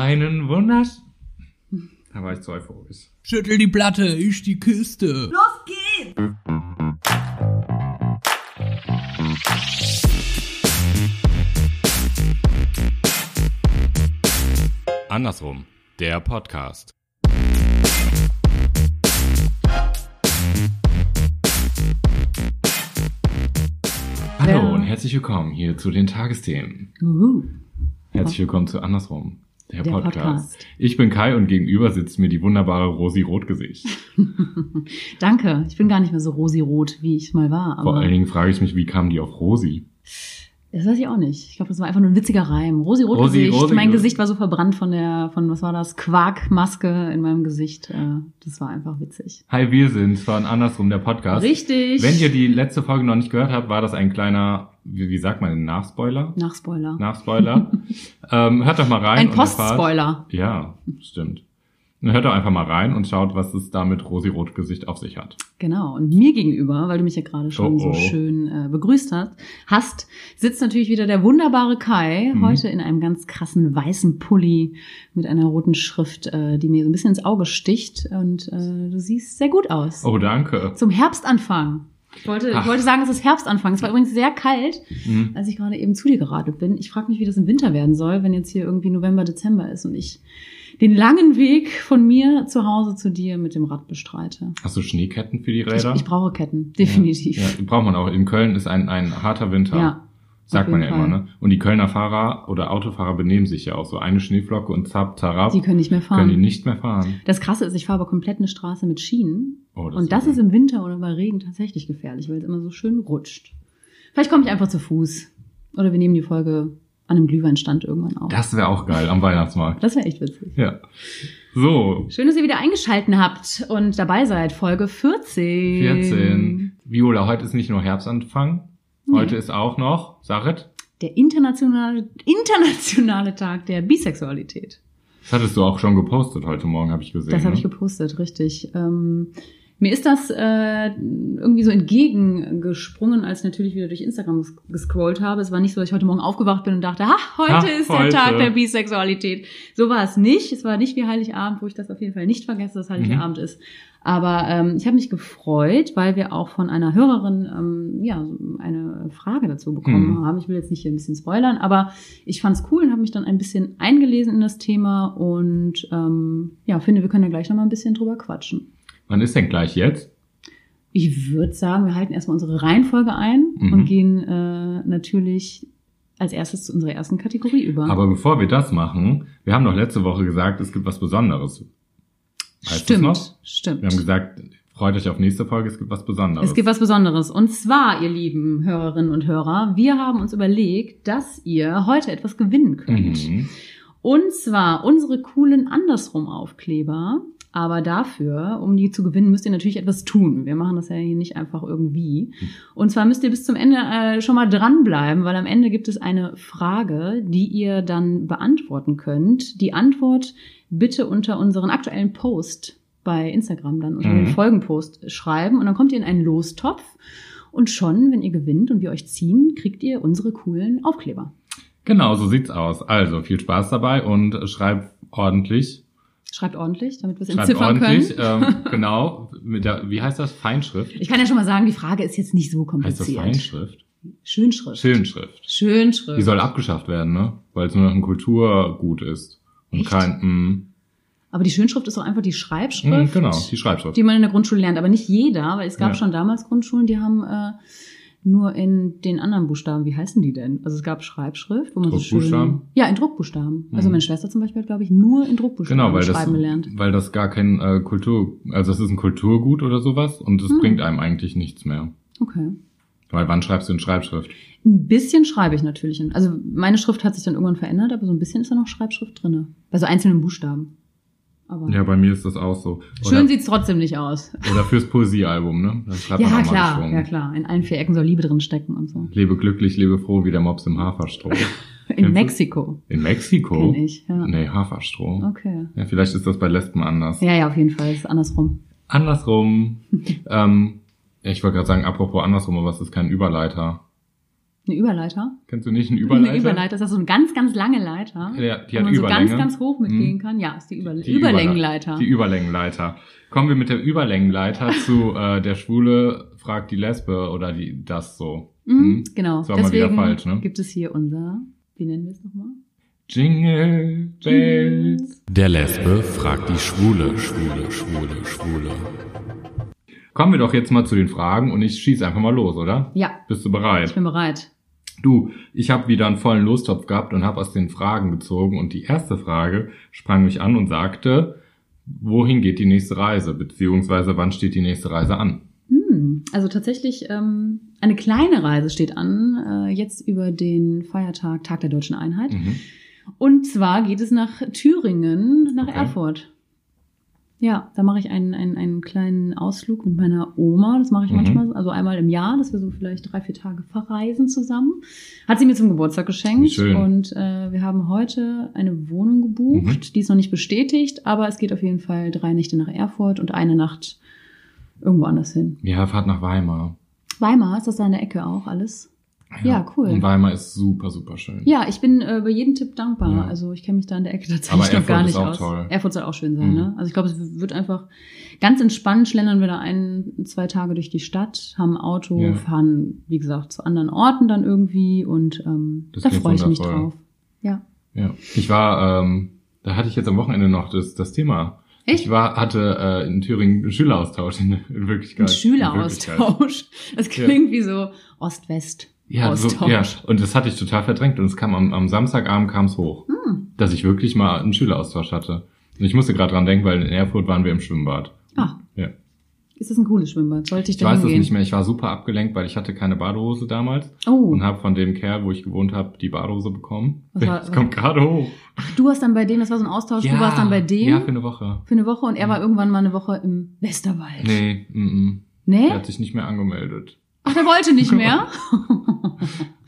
Einen Wunders. Da war ich zu euphorisch. Schüttel die Platte, ich die Kiste. Los geht's! Andersrum, der Podcast. Hallo Ja. und herzlich willkommen hier zu den Tagesthemen. Uhu. Herzlich willkommen zu Andersrum, der, Der Podcast. Podcast. Ich bin Kai und gegenüber sitzt mir die wunderbare Rosi Rotgesicht. Danke, ich bin gar nicht mehr so rosirot, wie ich mal war. Vor Aber allen Dingen frage ich mich, wie kam die auf Rosi? das weiß ich auch nicht. Ich glaube, das war einfach nur ein witziger Reim. Rosirot Rosi- Gesicht. Rosi- mein Gesicht war so verbrannt von der, von was war das? Quarkmaske in meinem Gesicht. Äh, Das war einfach witzig. Hi, wir sind von Andersrum, der Podcast. Richtig. Wenn ihr die letzte Folge noch nicht gehört habt, war das ein kleiner, wie, wie sagt man, denn, Nachspoiler? Nach Spoiler. Nachspoiler. ähm, hört doch mal rein. Ein und erfahrt- Post-Spoiler. Ja, stimmt. Dann hört doch einfach mal rein und schaut, was es da mit Rosi-Rot-Gesicht auf sich hat. Genau. Und mir gegenüber, weil du mich ja gerade schon Oh, oh. so schön äh, begrüßt hast, hast, sitzt natürlich wieder der wunderbare Kai, Mhm. heute in einem ganz krassen weißen Pulli mit einer roten Schrift, äh, die mir so ein bisschen ins Auge sticht. Und äh, du siehst sehr gut aus. Oh, danke. Zum Herbstanfang. Ich wollte, ich Ach. wollte sagen, es ist Herbstanfang. Es war übrigens sehr kalt, Mhm. als ich gerade eben zu dir geradelt bin. Ich frage mich, wie das im Winter werden soll, wenn jetzt hier irgendwie November, Dezember ist und ich den langen Weg von mir zu Hause zu dir mit dem Rad bestreite. Hast du Schneeketten für die Ich, Räder? ich brauche Ketten, definitiv. Ja, braucht man auch. In Köln ist ein, ein harter Winter. Ja, sagt auf man ja jeden immer, Fall. ne? Und die Kölner Fahrer oder Autofahrer benehmen sich ja auch so. Eine Schneeflocke und zap, tarab, die können nicht mehr fahren. können die nicht mehr fahren. Das Krasse ist, ich fahre aber komplett eine Straße mit Schienen. Oh, und das geil. ist im Winter oder bei Regen tatsächlich gefährlich, weil es immer so schön rutscht. Vielleicht komme ich einfach zu Fuß. Oder wir nehmen die Folge an einem Glühweinstand irgendwann auf. Das wäre auch geil am Weihnachtsmarkt. das wäre echt witzig. Ja. So, Schön, dass ihr wieder eingeschalten habt und dabei seid. Folge 14. 14. Viola, heute ist nicht nur Herbstanfang. Nee. Heute ist auch noch, sag es, Der internationale, internationale Tag der Bisexualität. das hattest du auch schon gepostet heute Morgen, habe ich gesehen. Das habe ich ne? gepostet, richtig. Ähm, mir ist das äh, irgendwie so entgegengesprungen, als ich natürlich wieder durch Instagram ges- gescrollt habe. Es war nicht so, dass ich heute Morgen aufgewacht bin und dachte, ha, heute Ha, ist der heute. Tag der Bisexualität. So war es nicht. Es war nicht wie Heiligabend, wo ich das auf jeden Fall nicht vergesse, Mhm. dass Heiligabend ist. Aber ähm, ich habe mich gefreut, weil wir auch von einer Hörerin ähm, ja, so eine Frage dazu bekommen Mhm. haben. Ich will jetzt nicht hier ein bisschen spoilern, aber ich fand es cool und habe mich dann ein bisschen eingelesen in das Thema und ähm, ja, finde, wir können ja gleich nochmal ein bisschen drüber quatschen. Wann ist denn gleich jetzt? Ich würde sagen, wir halten erstmal unsere Reihenfolge ein Mhm. und gehen äh, natürlich als erstes zu unserer ersten Kategorie über. Aber bevor wir das machen, wir haben doch letzte Woche gesagt, es gibt was Besonderes. Weißt du's stimmt, noch? stimmt. Wir haben gesagt, freut euch auf nächste Folge, es gibt was Besonderes. Es gibt was Besonderes. Und zwar, ihr lieben Hörerinnen und Hörer, wir haben uns überlegt, dass ihr heute etwas gewinnen könnt. Mhm. Und zwar unsere coolen Andersrum-Aufkleber. Aber dafür, um die zu gewinnen, müsst ihr natürlich etwas tun. Wir machen das ja hier nicht einfach irgendwie. Hm. Und zwar müsst ihr bis zum Ende äh, schon mal dranbleiben, weil am Ende gibt es eine Frage, die ihr dann beantworten könnt. Die Antwort bitte unter unseren aktuellen Post bei Instagram dann unter Mhm. den Folgenpost schreiben. Und dann kommt ihr in einen Lostopf. Und schon, wenn ihr gewinnt und wir euch ziehen, kriegt ihr unsere coolen Aufkleber. Genau, so sieht's aus. Also, viel Spaß dabei und schreib ordentlich. Schreibt ordentlich, damit wir es Schreib entziffern können. ordentlich, ähm, genau. Mit der, wie heißt das? Feinschrift? Ich kann ja schon mal sagen, die Frage ist jetzt nicht so Heißt das kompliziert. Feinschrift? Schönschrift. Schönschrift. Schönschrift. Die soll abgeschafft werden, ne? Weil es nur noch ein Kulturgut ist. Und Echt? kein, mm, Aber die Schönschrift ist doch einfach die mm, Schreibschrift, genau, die Schreibschrift. die man in der Grundschule lernt. Aber nicht jeder, weil es gab Ja. schon damals Grundschulen, die haben äh, nur in den anderen Buchstaben, wie heißen die denn? Also es gab Schreibschrift, wo man so schön... Druckbuchstaben? Ja, in Druckbuchstaben. Also Mhm. meine Schwester zum Beispiel hat, glaube ich, nur in Druckbuchstaben Genau, weil das, schreiben gelernt. weil das gar kein äh, Kultur, also das ist ein Kulturgut oder sowas und es Hm. bringt einem eigentlich nichts mehr. Okay. Weil wann schreibst du in Schreibschrift? Ein bisschen schreibe ich natürlich. In. Also meine Schrift hat sich dann irgendwann verändert, aber so ein bisschen ist da noch Schreibschrift drinne. Bei so einzelnen Buchstaben. Aber Ja, bei mir ist das auch so. schön Oder, sieht's trotzdem nicht aus. oder fürs Poesiealbum, ne? Da schreibt man Ja, auch mal klar, geschwungen. ja klar. In allen vier Ecken soll Liebe drin stecken und so. Lebe glücklich, lebe froh, wie der Mops im Hm. Haferstroh. In Kennst du? Mexiko In Mexiko? kenne ich, ja. Nee, Haferstroh. Okay. Ja, vielleicht ist das bei Lesben anders. Ja, ja, auf jeden Fall. Es ist andersrum. Andersrum. ähm, ja, ich wollte gerade sagen, apropos andersrum, aber es ist kein Überleiter. Eine Überleiter? Kennst du nicht einen Überleiter? Eine Überleiter, ist das so eine ganz, ganz lange Leiter? Ja, die wo hat man so Überlänge. ganz, ganz hoch mitgehen Mhm. kann. Ja, ist die, Überle Die Überlängenleiter. Überle- Die Überlängenleiter. Kommen wir mit der Überlängenleiter zu äh, der Schwule fragt die Lesbe oder die das so. mhm, Mhm. genau. Das war mal wieder falsch, ne? gibt es hier unser, wie nennen wir es Hm. nochmal? Jingle Bells. Der Lesbe fragt die Schwule, Schwule, Schwule, Schwule. Kommen wir doch jetzt mal zu den Fragen und ich schieß einfach mal los, oder? Ja, Bist du bereit? ich bin bereit. Du, ich habe wieder einen vollen Lostopf gehabt und habe aus den Fragen gezogen und die erste Frage sprang mich an und sagte, wohin geht die nächste Reise, beziehungsweise wann steht die nächste Reise an? Hm, also tatsächlich ähm, eine kleine Reise steht an, äh, jetzt über den Feiertag, Tag der Deutschen Einheit. Mhm. Und zwar geht es nach Thüringen, nach Okay. Erfurt. Ja, da mache ich einen, einen, einen kleinen Ausflug mit meiner Oma. Das mache ich Mhm. manchmal, also einmal im Jahr, dass wir so vielleicht drei, vier Tage verreisen zusammen. Hat sie mir zum Geburtstag geschenkt. Wie schön. Und äh, wir haben heute eine Wohnung Mhm. gebucht. Die ist noch nicht bestätigt, aber es geht auf jeden Fall drei Nächte nach Erfurt und eine Nacht irgendwo anders hin. Ja, Fahrt nach Weimar. Weimar, ist das da in der Ecke auch alles? Ja, cool. Und Weimar ist super, super schön. Ja, ich bin äh, über jeden Tipp dankbar. Ja. Also ich kenne mich da in der Ecke Aber tatsächlich noch Erfurt gar ist nicht auch aus. toll. Erfurt soll auch schön sein, Mhm. ne? Also ich glaube, es wird einfach ganz entspannt schlendern wir da ein, zwei Tage durch die Stadt, haben ein Auto, Ja. fahren, wie gesagt, zu anderen Orten dann irgendwie und ähm, Das da klingt freue ich mich wundervoll. drauf. Ja. Ja. Ich war, ähm, da hatte ich jetzt am Wochenende noch das, das Thema. Echt? Ich war, hatte äh, in Thüringen einen Schüleraustausch in, in Wirklichkeit. Ein In Wirklichkeit. Schüleraustausch. Das klingt wie so Ost-West. Ja, so, Austausch. ja, und das hatte ich total verdrängt und es kam am, am Samstagabend kam es hoch, Hm. dass ich wirklich mal einen Schüleraustausch hatte. Und ich musste gerade dran denken, weil in Erfurt waren wir im Schwimmbad. Ah. Ja. Ist das ein cooles Schwimmbad? Sollte ich Ich da weiß das hingehen? nicht mehr, ich war super abgelenkt, weil ich hatte keine Badehose damals Oh, und habe von dem Kerl, wo ich gewohnt habe, die Badehose bekommen. Was war- Das kommt gerade hoch. du warst dann bei dem, das war so ein Austausch, du warst dann bei dem Ja, für eine Woche. für eine Woche und er war irgendwann mal eine Woche im Westerwald. Nee, mm, Nee? er hat sich nicht mehr angemeldet. Ach, der wollte nicht mehr?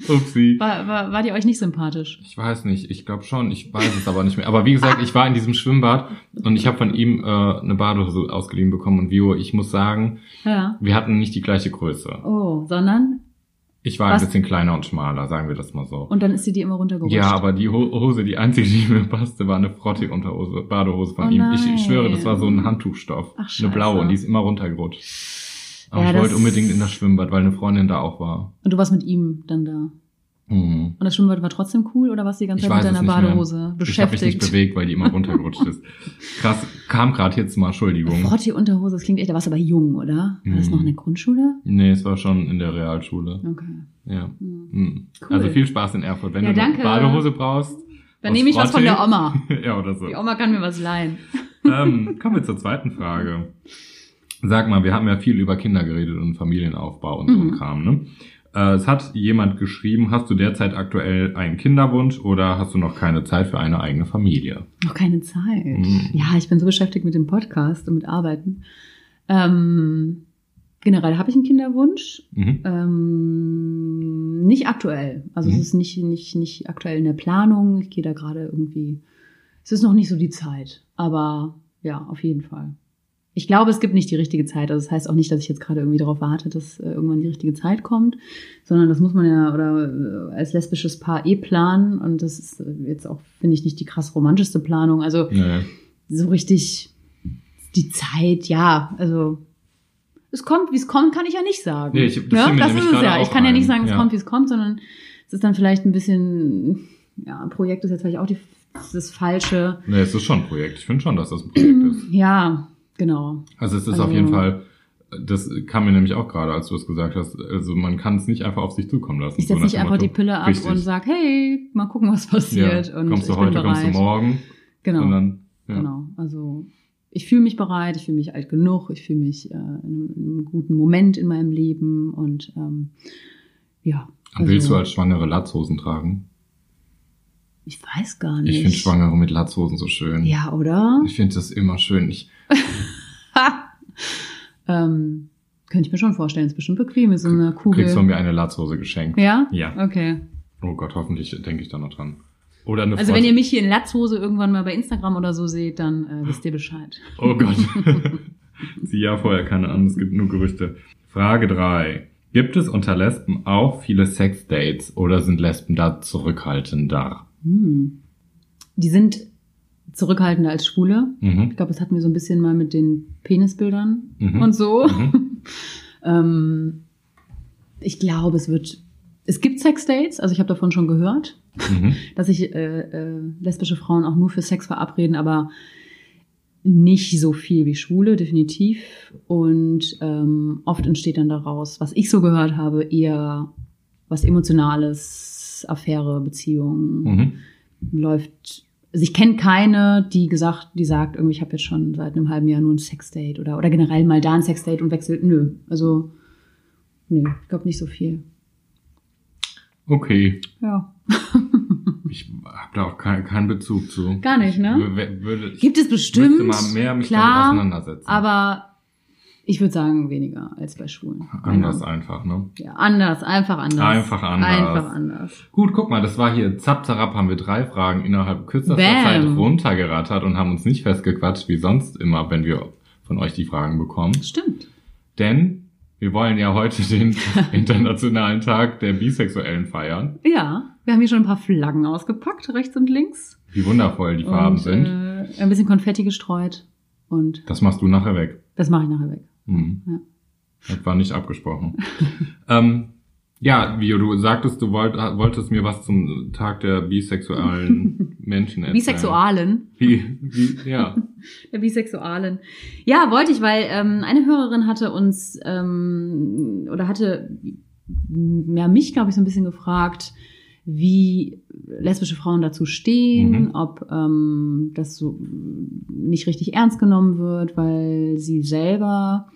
Upsi. war, war, war die euch nicht sympathisch? Ich weiß nicht, ich glaube schon, ich weiß es aber nicht mehr. Aber wie gesagt, ich war in diesem Schwimmbad und ich habe von ihm äh, eine Badehose ausgeliehen bekommen und Vio, ich muss sagen, Ja. wir hatten nicht die gleiche Größe. Oh, sondern? Ich war Was? ein bisschen kleiner und schmaler, sagen wir das mal so. Und dann ist sie dir immer runtergerutscht. Ja, aber die Ho Hose, die einzige, die mir passte, war eine Frotti-Unterhose, Badehose von Oh ihm. Ich, nein. ich schwöre, das war so ein Handtuchstoff. Ach, eine blaue scheiße. und die ist immer runtergerutscht. Aber Ja, ich das- wollte unbedingt in das Schwimmbad, weil eine Freundin da auch war. Und du warst mit ihm dann da. Und Hm. das Schwimmbad war trotzdem cool oder warst du die ganze Ich Zeit mit weiß es deiner nicht mehr. Badehose Ich habe mich nicht beschäftigt? bewegt, weil die immer runtergerutscht ist. Krass, kam gerade jetzt mal, Entschuldigung. Oh, Frotti Unterhose, das klingt echt, da warst du aber jung, oder? War das Mhm. noch in der Grundschule? Nee, es war schon in der Realschule. Okay. Ja. Mhm. Hm. Cool. Also viel Spaß in Erfurt. Wenn Ja, du eine danke. Badehose brauchst, Dann Aus nehme ich was von Frotti? der Oma. ja oder so. Die Oma kann mir was leihen. Ähm, kommen wir zur zweiten Frage. Sag mal, wir haben ja viel über Kinder geredet und Familienaufbau und so Mhm. ein Kram, ne? Äh, es hat jemand geschrieben, hast du derzeit aktuell einen Kinderwunsch oder hast du noch keine Zeit für eine eigene Familie? Noch keine Zeit. Mhm. Ja, ich bin so beschäftigt mit dem Podcast und mit Arbeiten. Ähm, generell habe ich einen Kinderwunsch. Mhm. Ähm, nicht aktuell. Also es Mhm. ist nicht, nicht, nicht aktuell in der Planung. Ich gehe da gerade irgendwie. Es ist noch nicht so die Zeit. Aber ja, auf jeden Fall. Ich glaube, es gibt nicht die richtige Zeit. Also das heißt auch nicht, dass ich jetzt gerade irgendwie darauf warte, dass äh, irgendwann die richtige Zeit kommt, sondern das muss man ja oder äh, als lesbisches Paar eh planen. Und das ist äh, jetzt auch, finde ich, nicht die krass romantischste Planung. Also Nee. so richtig die Zeit, ja, also es kommt, wie es kommt, kann ich ja nicht sagen. Ne? Nee, ich- das fiel mir das nämlich ist es gerade ja. Ich auch kann ja ein, nicht sagen, es ja. kommt, wie es kommt, sondern es ist dann vielleicht ein bisschen, ja, Projekt ist jetzt vielleicht auch die, das Falsche. nee, es ist schon ein Projekt. Ich finde schon, dass das ein Projekt ist. Ja, genau. Also es ist Also- auf jeden Fall, das kam mir nämlich auch gerade, als du es gesagt hast, also man kann es nicht einfach auf sich zukommen lassen. Ich setze so nach nicht dem einfach die Motto. Pille ab Richtig. und sag, hey, mal gucken, was passiert. ja, und kommst du ich heute, bin kommst du bereit. morgen, Genau. sondern ja. Genau, also ich fühle mich bereit, ich fühle mich alt genug, ich fühle mich äh, in, einem, in einem guten Moment in meinem Leben und ähm, ja. Und willst also, du als Schwangere Latzhosen tragen? Ich weiß gar nicht. Ich finde Schwangere mit Latzhosen so schön. Ja, oder? Ich finde das immer schön. Ich, Ha! ähm, könnte ich mir schon vorstellen, ist bestimmt bequem, ist so eine Kugel. kriegst von mir eine Latzhose geschenkt. ja? Ja. Okay. Oh Gott, hoffentlich denke ich da noch dran. Oder eine Also wenn ihr Freundin- mich hier in Latzhose irgendwann mal bei Instagram oder so seht, dann äh, wisst ihr Bescheid. Oh Gott. Sieh ja vorher keine an, es gibt nur Gerüchte. Frage drei. Gibt es unter Lesben auch viele Sexdates oder sind Lesben da zurückhaltender? Hm. Die sind zurückhaltender als Schwule. Mhm. Ich glaube, das hatten wir so ein bisschen mal mit den Penisbildern Mhm. und so. Mhm. Ähm, ich glaube, es wird. Es gibt Sexdates, also ich habe davon schon gehört, Mhm. dass sich äh, äh, lesbische Frauen auch nur für Sex verabreden, aber nicht so viel wie Schwule, definitiv. Und ähm, oft entsteht dann daraus, was ich so gehört habe, eher was Emotionales, Affäre, Beziehungen Mhm. läuft. Also ich kenne keine, die gesagt, die sagt, irgendwie, ich habe jetzt schon seit einem halben Jahr nur ein Sexdate oder, oder generell mal da ein Sexdate und wechselt. Nö. Also, nö, ich glaube nicht so viel. Okay, Ja. ich habe da auch kein, keinen Bezug zu. Gar nicht, ne? Ich wür- würde, ich Gibt es bestimmt. müsste mal mehr mich klar, damit auseinandersetzen. aber ich würde sagen, weniger als bei Schwulen. Anders Männer. einfach, ne? Ja, anders, einfach anders. Einfach anders. Einfach anders. Gut, guck mal, das war hier zap zarab, haben wir drei Fragen innerhalb kürzester Bam. Zeit runtergerattert und haben uns nicht festgequatscht, wie sonst immer, wenn wir von euch die Fragen bekommen. Stimmt. Denn wir wollen ja heute den Internationalen Tag der Bisexuellen feiern. Ja, wir haben hier schon ein paar Flaggen ausgepackt, rechts und links. Wie wundervoll die Farben und, sind. Äh, ein bisschen Konfetti gestreut. Und Das machst du nachher weg. das mache ich nachher weg. Mhm. Ja. Das war nicht abgesprochen. ähm, ja, Vio, du sagtest, du wollt, wolltest mir was zum Tag der bisexuellen Menschen erzählen. Bisexualen. Bi, bi, ja. Der Bisexualen. Ja, wollte ich, weil ähm, eine Hörerin hatte uns ähm, oder hatte m, ja, mich, glaube ich, so ein bisschen gefragt, wie lesbische Frauen dazu stehen, Mhm. ob ähm, das so m, nicht richtig ernst genommen wird, weil sie selber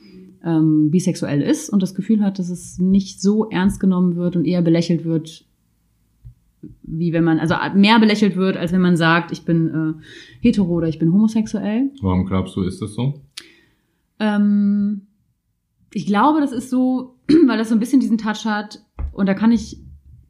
ähm, bisexuell ist und das Gefühl hat, dass es nicht so ernst genommen wird und eher belächelt wird, wie wenn man, also mehr belächelt wird, als wenn man sagt, ich bin äh, hetero oder ich bin homosexuell. Warum glaubst du, ist das so? Ähm, ich glaube, das ist so, weil das so ein bisschen diesen Touch hat und da kann ich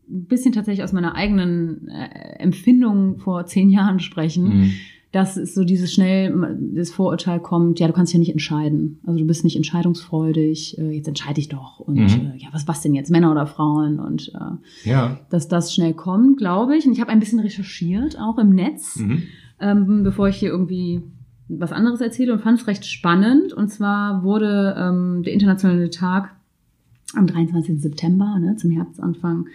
ein bisschen tatsächlich aus meiner eigenen äh, Empfindung vor zehn Jahren sprechen Mhm. dass es so dieses schnell das Vorurteil kommt, ja, du kannst dich ja nicht entscheiden. Also du bist nicht entscheidungsfreudig, äh, jetzt entscheide ich doch. Und Mhm. äh, ja, was, was denn jetzt, Männer oder Frauen? Und äh, Ja. dass das schnell kommt, glaube ich. Und ich habe ein bisschen recherchiert, auch im Netz, Mhm. ähm, bevor ich hier irgendwie was anderes erzähle und fand es recht spannend. Und zwar wurde ähm, der internationale Tag am 23. September, ne, zum Herbstanfang,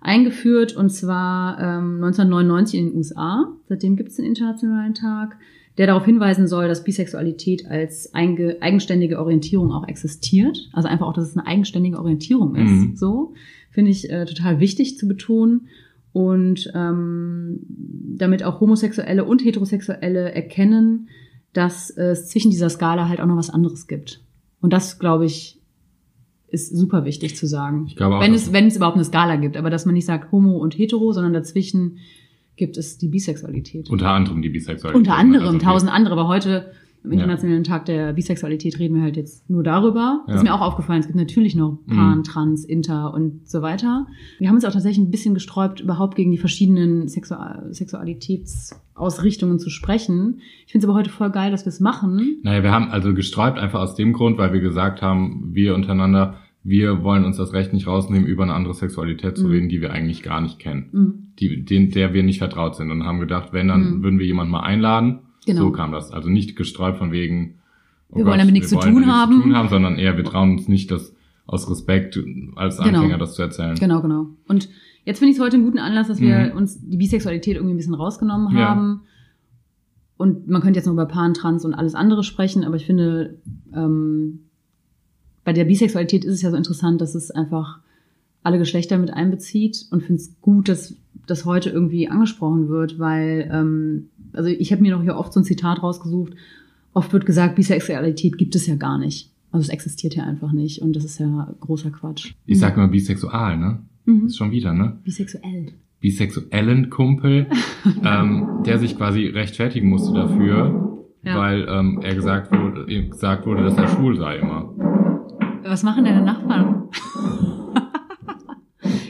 eingeführt und zwar ähm, 1999 in den USA. Seitdem gibt es den Internationalen Tag, der darauf hinweisen soll, dass Bisexualität als einge eigenständige Orientierung auch existiert. Also einfach auch, dass es eine eigenständige Orientierung ist. Mhm. So finde ich äh, total wichtig zu betonen. Und ähm, damit auch Homosexuelle und Heterosexuelle erkennen, dass es zwischen dieser Skala halt auch noch was anderes gibt. Und das, glaube ich, ist super wichtig zu sagen. Ich glaube auch, wenn dass- es, wenn es überhaupt eine Skala gibt, aber dass man nicht sagt Homo und Hetero, sondern dazwischen gibt es die Bisexualität. Unter anderem die Bisexualität. Unter anderem Also die- tausend andere, aber heute am Ja. Internationalen Tag der Bisexualität reden wir halt jetzt nur darüber. Ja. Ist mir auch aufgefallen, es gibt natürlich noch Pan, Mhm. Trans, Inter und so weiter. Wir haben uns auch tatsächlich ein bisschen gesträubt, überhaupt gegen die verschiedenen Sexual Sexualitätsausrichtungen zu sprechen. Ich finde es aber heute voll geil, dass wir es machen. Naja, wir haben also gesträubt einfach aus dem Grund, weil wir gesagt haben, wir untereinander, wir wollen uns das Recht nicht rausnehmen, über eine andere Sexualität zu Mhm. reden, die wir eigentlich gar nicht kennen, Mhm. die, den, der wir nicht vertraut sind und haben gedacht, wenn, dann Mhm. würden wir jemanden mal einladen. Genau. So kam das. Also nicht gesträubt von wegen, oh Wir wollen damit nichts zu tun haben. zu tun haben, sondern eher, wir trauen uns nicht, das aus Respekt als Genau. Anfänger das zu erzählen. Genau, genau. Und jetzt finde ich es heute einen guten Anlass, dass wir Mhm. uns die Bisexualität irgendwie ein bisschen rausgenommen Ja. haben. Und man könnte jetzt noch über Pan, Trans und alles andere sprechen, aber ich finde, ähm, bei der Bisexualität ist es ja so interessant, dass es einfach alle Geschlechter mit einbezieht und finde es gut, dass das heute irgendwie angesprochen wird, weil, ähm, also ich habe mir noch hier oft so ein Zitat rausgesucht, oft wird gesagt, Bisexualität gibt es ja gar nicht. Also es existiert ja einfach nicht und das ist ja großer Quatsch. Ich sag immer bisexual, ne? Mhm. Ist schon wieder, ne? Bisexuell. bisexuellen Kumpel, ähm, der sich quasi rechtfertigen musste dafür, Ja. weil ähm, er gesagt wurde, ihm gesagt wurde, dass er schwul sei immer. Was machen deine Nachbarn?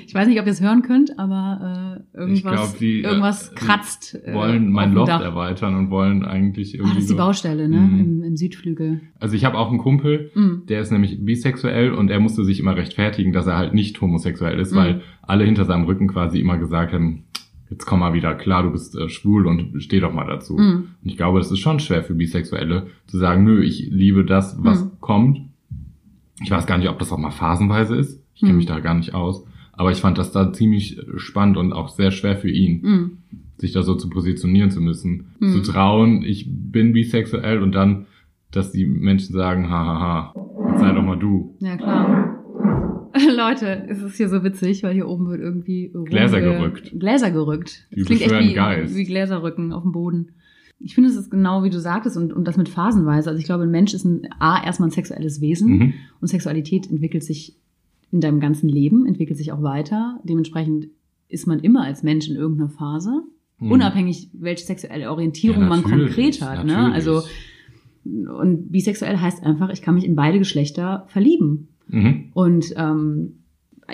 ich weiß nicht, ob ihr es hören könnt, aber äh, Ich Irgendwas, glaube, die äh, irgendwas kratzt. äh, wollen auf mein dem Loft Dach. erweitern und wollen eigentlich Ah, irgendwie. das ist so, die Baustelle, ne? Mhm. Im, Im Südflügel. also ich habe auch einen Kumpel, Mhm. der ist nämlich bisexuell und er musste sich immer rechtfertigen, dass er halt nicht homosexuell ist, Mhm. weil alle hinter seinem Rücken quasi immer gesagt haben, jetzt komm mal wieder, klar, du bist äh, schwul und steh doch mal dazu. Mhm. Und ich glaube, das ist schon schwer für Bisexuelle zu sagen, nö, ich liebe das, was Mhm. kommt. Ich weiß gar nicht, ob das auch mal phasenweise ist. Ich kenne Mhm. mich da gar nicht aus. Aber ich fand das da ziemlich spannend und auch sehr schwer für ihn, Mhm. sich da so zu positionieren zu müssen. Mhm. Zu trauen, ich bin bisexuell und dann, dass die Menschen sagen, hahaha, jetzt sei doch mal du. Ja, klar. Leute, es ist hier so witzig, weil hier oben wird irgendwie Gläser rumge- gerückt. Gläser gerückt. Die Das klingt echt beschwören wie, Geist. wie Gläserrücken auf dem Boden. Ich finde, es ist genau wie du sagtest und, und das mit phasenweise. Also ich glaube, ein Mensch ist ein A, erstmal ein sexuelles Wesen Mhm. und Sexualität entwickelt sich in deinem ganzen Leben, entwickelt sich auch weiter. Dementsprechend ist man immer als Mensch in irgendeiner Phase, Mhm. unabhängig welche sexuelle Orientierung Ja, man natürlich, konkret hat. Ne? natürlich. Also und bisexuell heißt einfach, ich kann mich in beide Geschlechter verlieben. Mhm. Und ähm,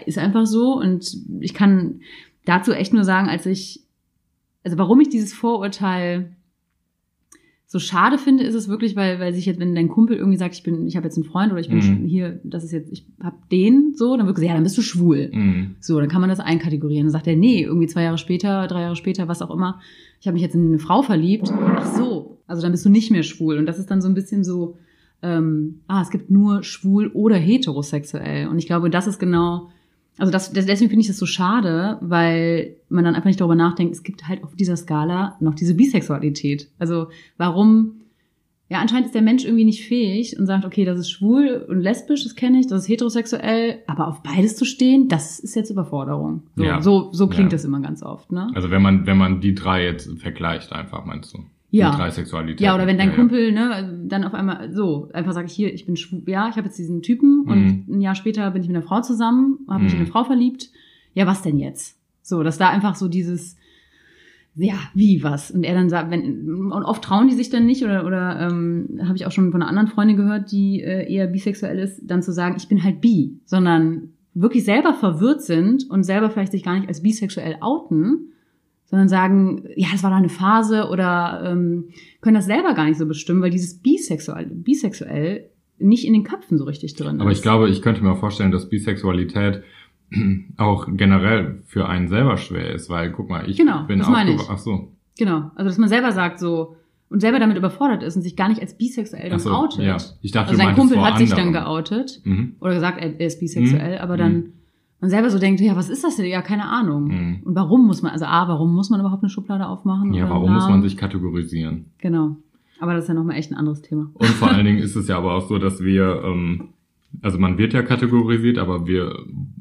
ist einfach so. Und ich kann dazu echt nur sagen, als ich, also warum ich dieses Vorurteil so schade finde, ist es wirklich, weil, weil sich jetzt, wenn dein Kumpel irgendwie sagt, ich bin, ich habe jetzt einen Freund oder ich bin Mhm. sch- hier, das ist jetzt, ich hab den so, dann wird gesagt, ja, dann bist du schwul. Mhm. So, dann kann man das einkategorieren. Dann sagt er, nee, irgendwie zwei Jahre später, drei Jahre später, was auch immer, ich habe mich jetzt in eine Frau verliebt. Ach so, also dann bist du nicht mehr schwul. Und das ist dann so ein bisschen so, ähm, ah, es gibt nur schwul oder heterosexuell. Und ich glaube, das ist genau, also das, des- deswegen finde ich das so schade, weil man dann einfach nicht darüber nachdenkt, es gibt halt auf dieser Skala noch diese Bisexualität. Also warum ja, anscheinend ist der Mensch irgendwie nicht fähig und sagt, okay, das ist schwul und lesbisch, das kenne ich, das ist heterosexuell, aber auf beides zu stehen, das ist jetzt Überforderung. So, Ja. so, so klingt Ja. das immer ganz oft, ne? Also wenn man, wenn man die drei jetzt vergleicht einfach, meinst du? Die drei Ja. Sexualitäten. Ja, oder wenn dein ja. Kumpel, ne, dann auf einmal so, einfach sage ich hier, ich bin schwul, ja, ich habe jetzt diesen Typen und ein Jahr später bin ich mit einer Frau zusammen, habe mich in Mhm. eine Frau verliebt. Ja, was denn jetzt? So, dass da einfach so dieses ja, wie was? Und er dann sagt, wenn, und oft trauen die sich dann nicht, oder, oder ähm, habe ich auch schon von einer anderen Freundin gehört, die äh, eher bisexuell ist, dann zu sagen, ich bin halt bi, sondern wirklich selber verwirrt sind und selber vielleicht sich gar nicht als bisexuell outen, sondern sagen, ja, das war da eine Phase oder ähm, können das selber gar nicht so bestimmen, weil dieses bisexuell, bisexuell nicht in den Köpfen so richtig drin ist. Aber ich glaube, ich könnte mir auch vorstellen, dass Bisexualität auch generell für einen selber schwer ist, weil guck mal, ich Genau, bin das meine ich. aufgewa- Ach so, Genau, also dass man selber sagt so und selber damit überfordert ist und sich gar nicht als bisexuell ach dann so, outet. ja. Ich dachte, Also du sein meintest Kumpel vor hat sich dann anderen. geoutet Mhm. oder gesagt, er er ist bisexuell, Mhm. aber dann Mhm. man selber so denkt, ja, was ist das denn? Ja, keine Ahnung. Mhm. Und warum muss man, also A, warum muss man überhaupt eine Schublade aufmachen? Ja, oder warum einen muss man Namen? sich kategorisieren? Genau. Aber das ist ja nochmal echt ein anderes Thema. Und vor allen Dingen ist es ja aber auch so, dass wir, ähm, also man wird ja kategorisiert, aber wir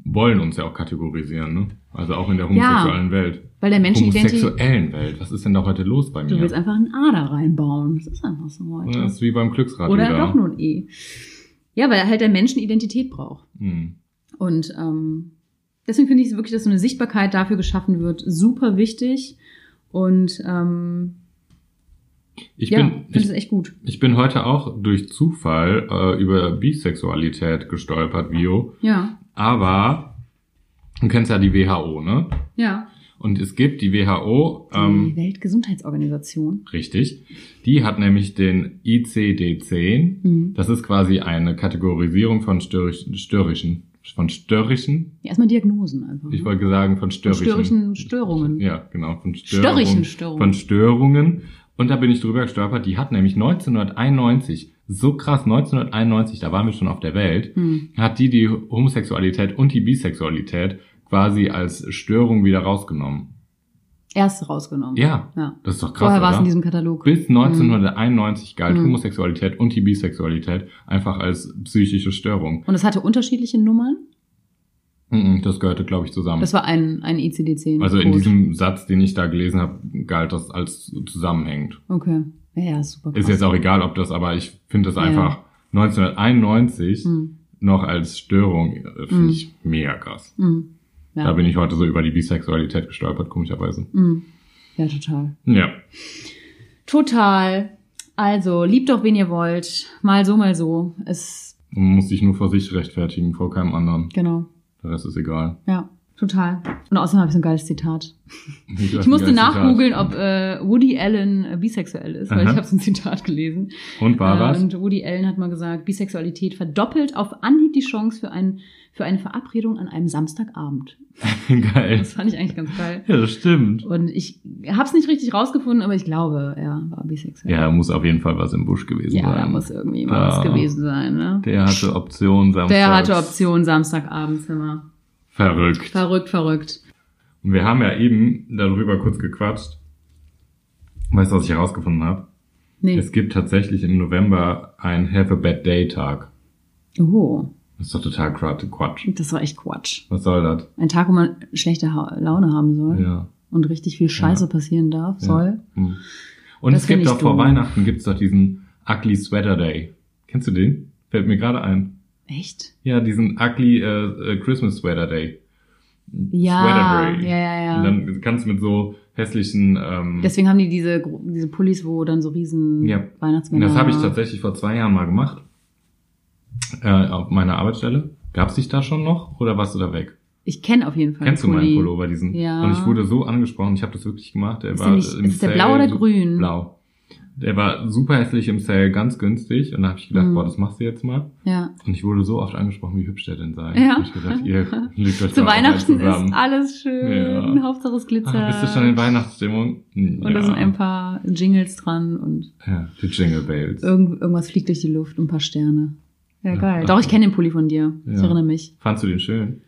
wollen uns ja auch kategorisieren, ne? Also auch in der homosexuellen Welt. Weil der Mensch identifiziert. homosexuellen Welt. Was ist denn da heute los bei Du mir? willst einfach ein A da reinbauen. Das ist einfach so heute. das ist wie beim Glücksrad Oder wieder. doch nur ein E. Ja, weil halt der Mensch eine Identität braucht. Mhm. Und ähm, deswegen finde ich es wirklich, dass so eine Sichtbarkeit dafür geschaffen wird, super wichtig. Und ähm, Ich ja, also bin, finde ich es echt gut. Ich bin heute auch durch Zufall äh, über Bisexualität gestolpert, Vio. Ja, Aber du kennst ja die WHO, ne? ja. Und es gibt die WHO, Die ähm, Weltgesundheitsorganisation. richtig, die hat nämlich den ICD-10. Mhm. Das ist quasi eine Kategorisierung von störrisch, störrischen, von störrischen, Ja, erstmal Diagnosen einfach. ich ne? wollte sagen von Von störrischen. störrischen Störungen. Ja, genau, von Störungen. Störrischen Störungen. Von Störungen. Und da bin ich drüber gestolpert, die hat nämlich 1991, so krass, 1991, da waren wir schon auf der Welt, Hm. hat die die Homosexualität und die Bisexualität quasi als Störung wieder rausgenommen. Erst rausgenommen. Ja, ja. das ist doch krass, Vorher war es oder? in diesem Katalog. Bis 1991 galt Mhm. Homosexualität und die Bisexualität einfach als psychische Störung. Und es hatte unterschiedliche Nummern. Mhm, Das gehörte, glaube ich, zusammen. Das war ein, ein E ICD-10. also in diesem Satz, den ich da gelesen habe, galt das als zusammenhängend. Okay. Ja, ja, ist super. Ist krass. jetzt auch egal, ob das, aber ich finde das Ja. einfach 1991 Hm. noch als Störung, äh, finde Mhm. ich mega krass. Hm. Ja. Da bin ich heute so über die Bisexualität gestolpert, komischerweise. Hm. ja, total. Ja. Total. Also, liebt doch, wen ihr wollt. Mal so, mal so. Es, Man muss sich nur vor sich rechtfertigen, vor keinem anderen. genau, Der Rest ist egal. ja. Total. Und außerdem habe ich so ein geiles Zitat. Ich Ich musste nachgoogeln, ob äh, Woody Allen äh, bisexuell ist, weil Aha. ich habe so ein Zitat gelesen. Und war Äh, was? Und Woody Allen hat mal gesagt, Bisexualität verdoppelt auf Anhieb die Chance für, ein, für eine Verabredung an einem Samstagabend. Geil. Das fand ich eigentlich ganz geil. Ja, das stimmt. Und ich habe es nicht richtig rausgefunden, aber ich glaube, er war bisexuell. Ja, muss auf jeden Fall was im Busch gewesen ja sein. da muss irgendwie Da- mal was gewesen sein. Ne? Der hatte Option Samstag. Der hatte Option Samstagabends immer. Verrückt. Verrückt, verrückt. Und wir haben ja eben darüber kurz gequatscht. Weißt du, was ich herausgefunden habe? Nee. Es gibt tatsächlich im November einen Have a Bad Day Tag. Oh, Das ist doch total Quatsch- Quatsch. das war echt Quatsch. Was soll das? Ein Tag, wo man schlechte ha Laune haben soll Ja. und richtig viel Scheiße passieren darf, Ja. soll. Hm. Und Das es gibt find ich doch vor dumm. Weihnachten gibt's doch diesen Ugly Sweater Day. Kennst du den? Fällt mir gerade ein. Echt? Ja, diesen Ugly äh, äh, Christmas Sweater Day. Ja, Sweater Day. ja, ja, ja. Und dann kannst du mit so hässlichen ähm, Deswegen haben die diese, gro- diese Pullis, wo dann so riesen Ja. Und Weihnachtsmänner... das habe ich tatsächlich vor zwei Jahren mal gemacht. Äh, auf meiner Arbeitsstelle. Gab's dich da schon noch oder warst du da weg? Ich kenne auf jeden Fall Kennst du den meinen Pulli. Pullover, diesen? Ja. Und ich wurde so angesprochen, ich habe das wirklich gemacht. Der Ist war der, nicht, äh, im ist der Sale blau oder so- grün? Blau. Der war super hässlich im Sale, ganz günstig. Und da habe ich gedacht, Mhm. boah, das machst du jetzt mal. Ja. Und ich wurde so oft angesprochen, wie hübsch der denn sei. Ja. Und ich gedacht, ihr lügt euch Zu mal alle Weihnachten zusammen. ist alles schön. Ja. Hauptsache es glitzert. ah, Bist du schon in Weihnachtsstimmung? Hm, Und da sind ja. ein paar Jingles dran und Ja, die Jingle Bells. irgend, irgendwas fliegt durch die Luft und ein paar Sterne. Ja, Ja, geil. ach. Doch, ich kenne den Pulli von dir. Ich Ja. erinnere mich. Fandst du den schön?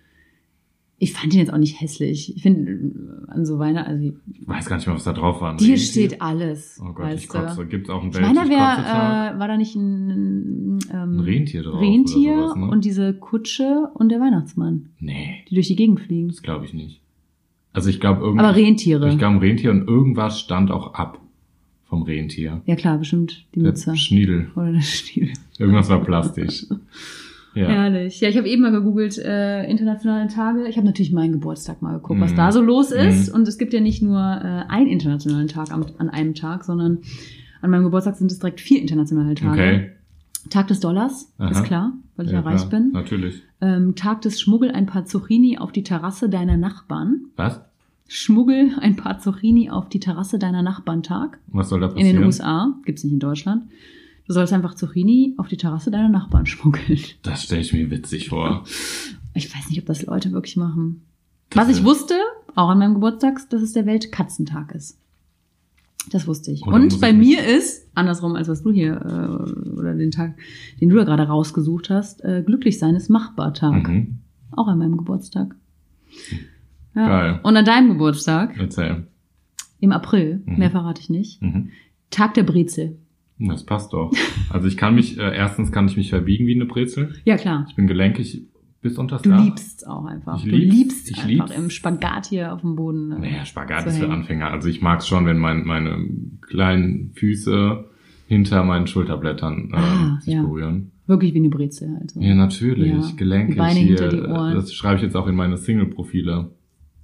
Ich fand ihn jetzt auch nicht hässlich. Ich finde, äh, an so Weihnachten, also Ich weiß gar nicht mehr, was da drauf war. dir Rentier? steht alles. Oh Gott, weißt ich kotze. Gibt's auch einen Ich meine, da Weltkotzetag? wär, äh, war da nicht ein, ähm, Ein Rentier drauf Rentier oder sowas, ne? und diese Kutsche und der Weihnachtsmann, nee, die durch die Gegend fliegen. das glaube ich nicht. Also ich glaube Aber irgendwie, Rentiere. ich glaube ein Rentier und irgendwas stand auch ab vom Rentier. ja klar, bestimmt die Der Mütze. Schniedel. Oder der Stiel. Irgendwas war plastisch. Ja. Herrlich. Ja, ich habe eben mal gegoogelt, äh, internationale Tage. Ich habe natürlich meinen Geburtstag mal geguckt, was Mhm. da so los ist. Mhm. Und es gibt ja nicht nur äh, einen internationalen Tag am, an einem Tag, sondern an meinem Geburtstag sind es direkt vier internationale Tage. Okay. Tag des Dollars, Aha. ist klar, weil ich ja, klar. reich bin. Natürlich. Ähm, Tag des Schmuggel ein paar Zucchini auf die Terrasse deiner Nachbarn. Was? Schmuggel ein paar Zucchini auf die Terrasse deiner Nachbarn Tag. Was soll da In passieren? den USA, gibt's nicht in Deutschland. Du sollst einfach Zucchini auf die Terrasse deiner Nachbarn schmuggeln. Das stelle ich mir witzig vor. Ich weiß nicht, ob das Leute wirklich machen. Das Was ich ist- wusste, auch an meinem Geburtstag, dass es der Weltkatzentag ist. Das wusste ich. Oh, da muss Und ich bei mich- mir ist, andersrum als was du hier, äh, oder den Tag, den du da gerade rausgesucht hast, äh, glücklich sein ist Machbartag. Mhm. Auch an meinem Geburtstag. Ja. Geil. Und an deinem Geburtstag, Erzähl. im April, Mhm. mehr verrate ich nicht, Mhm. Tag der Brezel. Das passt doch. Also ich kann mich, äh, erstens kann ich mich verbiegen wie eine Brezel. Ja, klar. Ich bin gelenkig bis unter das Du Dach. liebst's auch einfach. Ich du lieb's, liebst ich einfach lieb's. im Spagat hier auf dem Boden. äh, Naja, Spagat zu ist für hängen. Anfänger. Also ich mag es schon, wenn mein, meine kleinen Füße hinter meinen Schulterblättern äh, Ah, sich ja. berühren. Wirklich wie eine Brezel. Also. Ja, natürlich. Ja. Gelenkig Die Beine hier. hinter die Ohren. Das schreibe ich jetzt auch in meine Single-Profile.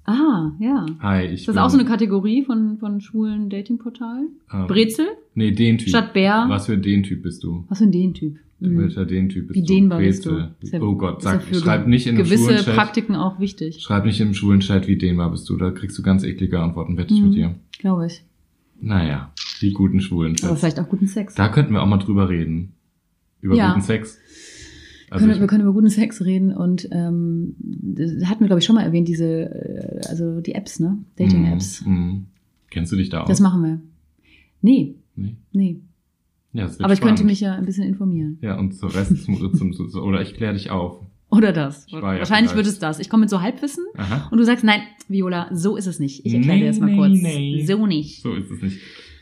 Ah, ja. Hi, ich Ist das bin, auch so eine Kategorie von, von schwulen Datingportalen? ähm, Brezel Nee, den Typ. statt Bär? Was, Was für den Typ bist du? für ein Den-Typ? Mhm. Mhm. Welcher den Typ bist Wie du? dehnbar bist Brezel. du? Ist ja- oh Gott, ist ja sag, für schreib nicht in einem schwulen Gewisse Chat. Praktiken auch wichtig, Schreib nicht im schwulen Chat, wie dehnbar bist du. Da kriegst du ganz eklige Antworten, wette ich Mhm. mit dir. glaube ich. Naja, die guten schwulen Aber Chats. vielleicht auch guten Sex. Da könnten wir auch mal drüber reden. Über Ja. guten Sex. Also können, wir- ich- wir können über guten Sex reden und ähm, das hatten wir, glaube ich, schon mal erwähnt, diese, äh, also die Apps, ne? Dating-Apps. Mhm, mhm. Kennst du dich da Das aus? machen wir. Nee, Nee? nee. Ja, das wird Aber ich spannend. könnte mich ja ein bisschen informieren. Ja, und zur Rest zum, zum, zum oder ich kläre dich auf. Oder das. Ich war ja Wahrscheinlich vielleicht- wird es das. Ich komme mit so Halbwissen Aha. und du sagst, nein, Viola, so ist es nicht. Ich erkläre Nee, dir das mal nee, kurz. nee. So nicht. So ist es nicht.